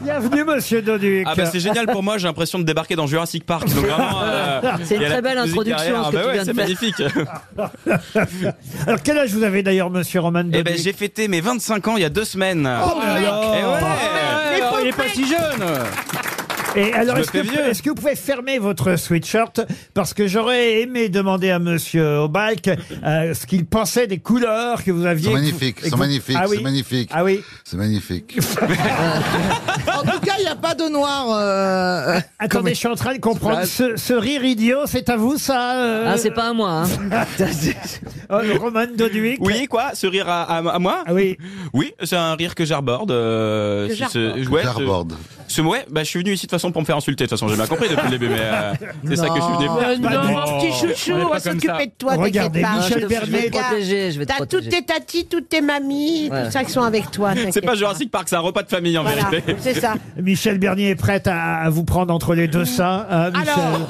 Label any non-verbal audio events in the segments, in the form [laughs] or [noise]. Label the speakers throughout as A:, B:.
A: Bienvenue, monsieur Doduc.
B: Ah bah c'est génial pour moi, j'ai l'impression de débarquer dans Jurassic Park. Donc vraiment, euh,
C: [laughs] C'est une
B: il y a la
C: très belle
B: petite musique derrière.
C: introduction,
B: Ah
C: ce que
B: bah
C: tu
B: ouais,
C: viens de
B: C'est
C: faire.
B: magnifique.
A: [laughs] Alors, quel âge vous avez d'ailleurs, monsieur Roman
B: Eh
A: Doduc
B: ben j'ai fêté mes 25 ans il y a deux semaines.
A: Oh là là.
B: Eh ouais, il est pas si jeune.
A: Et alors,
B: Eh me
A: est-ce que,
B: fais vieux.
A: est-ce que vous pouvez fermer votre sweatshirt Parce que j'aurais aimé demander à Monsieur Obalk euh, ce qu'il pensait des couleurs que vous aviez.
D: C'est magnifique,
A: Et que
D: c'est
A: vous-
D: magnifique,
A: Ah oui
D: c'est magnifique,
A: Ah oui.
D: c'est magnifique.
E: En tout cas, il n'y a pas de noir. euh, euh,
A: Attendez, je suis en train de comprendre.
E: Ah.
A: Ce, ce rire idiot, c'est à vous ça euh,
C: Ah, c'est pas à moi. hein.
A: euh, le Roman Doduic
B: Oui quoi, ce rire à, à- à moi
A: Ah oui.
B: Oui, c'est un rire que j'arborde. euh,
C: Que
B: si ce-
C: j'arborde.
B: ouais, ce-
D: Cardboard.
B: Ce ouais, bah je suis venu ici de toute façon pour me faire insulter. De toute façon j'ai bien compris depuis le début, mais euh, c'est ça que je suis venu
C: [laughs]
A: Pas
B: faire.
A: du tout.
E: Petit
B: Oh,
E: chouchou, on va s'occuper de toi.
A: Regardez,
E: t'inquiète pas.
A: Michel
C: Je vais te
A: Bernier.
C: protéger, je vais te
E: T'as toutes
C: protéger.
E: tes tatis, toutes tes mamies,
C: Ouais.
E: tout ça qui sont avec toi.
B: C'est
E: t'inquiète
B: pas Jurassic Park, c'est un repas de famille en
E: Voilà,
C: [laughs]
B: vérité.
E: c'est ça.
A: Michel Bernier est prête à, à vous prendre entre les deux seins. hein, Michel.
E: Alors,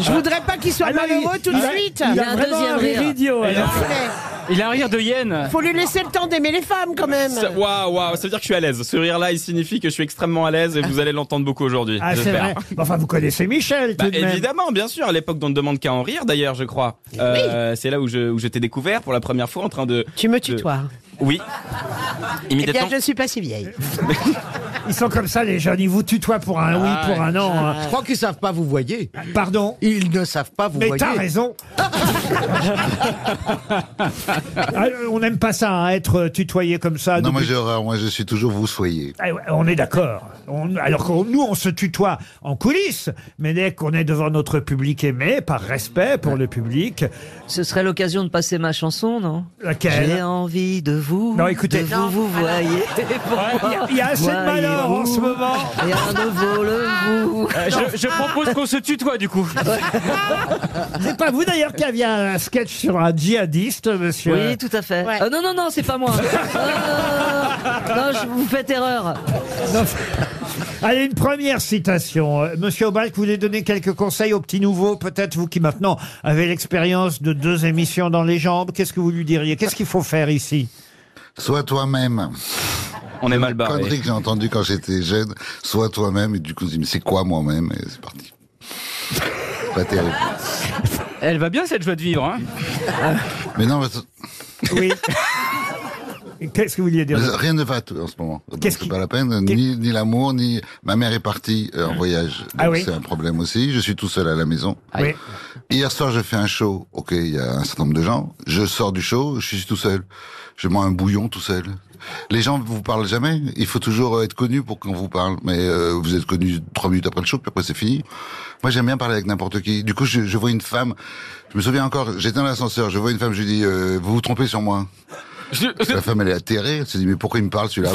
E: je voudrais pas qu'il soit
A: Ah non, il-
E: malheureux tout de
A: il a-
E: suite.
A: Il
C: Il
A: a,
C: a un
A: vraiment
C: deuxième
A: un rire
C: rire.
A: idiot. alors.
E: Mais
F: Il a un rire de hyène.
E: faut lui laisser le temps d'aimer les femmes quand même.
B: Ça- Waouh, waouh, ça veut dire que je suis à l'aise. Ce rire-là, il signifie que je suis extrêmement à l'aise et vous allez l'entendre beaucoup aujourd'hui.
A: Ah, c'est
B: j'espère.
A: vrai. Enfin, vous connaissez Michel, tout
B: Bah,
A: de même.
B: évidemment, bien sûr. À l'époque, on ne demande qu'à en rire, d'ailleurs, je crois. Euh, C'est là où je, où je t'ai découvert pour la première fois en train de.
E: Tu me
B: de-
E: tutoies.
B: Oui.
E: Eh bien,
B: Immédiatement.
E: je ne suis pas si vieille.
A: Ils sont comme ça, les jeunes. Ils vous tutoient pour un oui, pour un non. hein.
G: Je crois qu'ils savent pas vous voyez.
A: Pardon.
G: Ils ne savent pas vous
A: Mais
G: voyez.
A: t'as raison. Ah, on n'aime pas ça, hein, être tutoyé comme ça.
D: Non,
A: ah, Donc,
D: moi j'ai horreur, moi je suis toujours vous soyez.
A: ah ouais, on est d'accord. On- alors que nous, on se tutoie en coulisses, mais dès qu'on est devant notre public aimé, par respect pour le public,
C: Ce serait l'occasion de passer ma chanson, non J'ai
A: laquelle
C: envie de vous.
A: Euh, Non, écoutez,
C: de vous,
A: non.
C: vous
E: Ah, [laughs]
C: voyez.
A: il y a- il y a assez de malheur en ce moment.
C: Et un nouveau le vous.
F: Euh, je, je propose qu'on se tutoie du coup.
A: C'est pas vous d'ailleurs qui aviez un sketch sur un djihadiste, monsieur.
C: Oui, tout à fait.
E: Ouais.
C: Euh, non, non, non, c'est pas moi. Euh, non, je vous faites erreur.
A: Allez, une première citation. Euh, Monsieur Obal, vous voulez donner quelques conseils aux petits nouveaux, peut-être vous qui maintenant avez l'expérience de deux émissions dans les jambes. Qu'est-ce que vous lui diriez Qu'est-ce qu'il faut faire ici
D: Sois toi-même.
B: On est mal
D: Connerie
A: Ah
B: barré.
D: que j'ai entendue quand j'étais jeune. Sois toi-même. Et du coup, je me dis, mais c'est quoi moi-même Et
A: [laughs]
D: c'est parti. C'est Pas terrible.
F: Elle va bien cette joie de vivre. Hein
D: Mais non, parce-
A: Oui. Qu'est-ce que vous vouliez dire
D: mais rien ne va tout en ce moment. Donc,
A: Qu'est-ce
D: C'est
A: qui-
D: pas la peine. Ni, ni l'amour, ni. Ma mère est partie euh, en voyage. Donc
A: Ah oui.
D: c'est un problème aussi. Je suis tout seul à la maison.
A: Oui.
D: Hier soir, je fais un show. Ok, il y a un certain nombre de gens. Je sors du show, je suis tout seul. Je mange un bouillon tout seul. Les gens vous parlent jamais. Il faut toujours euh, être connu pour qu'on vous parle. Mais euh, vous êtes connu trois minutes après le show, puis après c'est fini. Moi, j'aime bien parler avec n'importe qui. Du coup, je, je vois une femme. Je me souviens encore. J'étais dans l'ascenseur. Je vois une femme. Je lui dis euh, Vous vous trompez sur moi. La femme, elle est atterrée. Elle se dit Mais pourquoi il me parle celui-là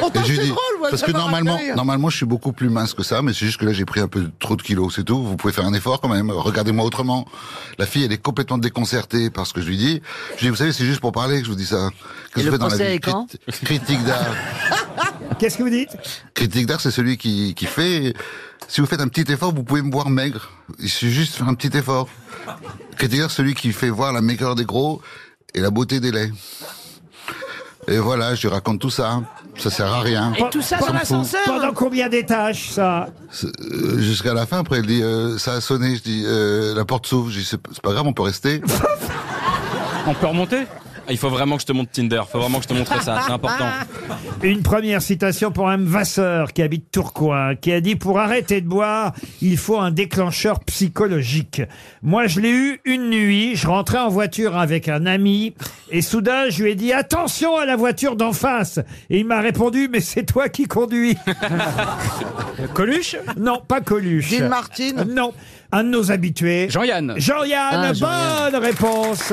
G: Pourtant,
D: Et je lui
G: Ah, c'est
D: dis,
G: drôle, moi,
D: parce
G: ça
D: que
G: m'a
D: normalement,
G: rappelé.
D: normalement, je suis beaucoup plus mince que ça, mais c'est juste que là, j'ai pris un peu trop de kilos, c'est tout. Vous pouvez faire un effort quand même. Regardez-moi autrement. La fille, elle est complètement déconcertée par ce que je lui dis. Je lui dis, vous savez, c'est juste pour parler que je vous dis ça. Qu'est-ce
C: Et le
D: que vous faites
C: procès est
D: Crit-
C: quand
D: Critique d'art.
A: Qu'est-ce que vous dites
D: Critique d'art, c'est celui qui, qui fait. Si vous faites un petit effort, vous pouvez me voir maigre. Il suffit juste de faire un petit effort. Critique d'art, c'est celui qui fait voir la maigreur des gros et la beauté des laits. Et voilà, je lui raconte tout ça. Ça sert à rien.
E: Et tout ça dans
D: me fout.
A: Pendant
E: l'ascenseur.
A: combien d'étages, ça
D: Euh, jusqu'à la fin. Après, elle dit, euh, ça a sonné. Je dis, euh, la porte s'ouvre. Je dis, c'est c'est pas grave, on peut rester.
F: On peut remonter
B: Il faut vraiment que je te montre Tinder. Il faut vraiment que je te montre ça. C'est important.
A: Une première citation pour M. Vasseur, qui habite Tourcoing, qui a dit Pour arrêter de boire, il faut un déclencheur psychologique. Moi, je l'ai eu une nuit, je rentrais en voiture avec un ami, et soudain, je lui ai dit Attention à la voiture d'en face Et il m'a répondu Mais c'est toi qui conduis
F: [laughs] Coluche
A: Non, pas Coluche.
G: Dean Martin.
A: Non, un de nos habitués.
F: Jean-Yann.
A: Jean-Yann,
C: Ah, Jean-Yann.
A: bonne réponse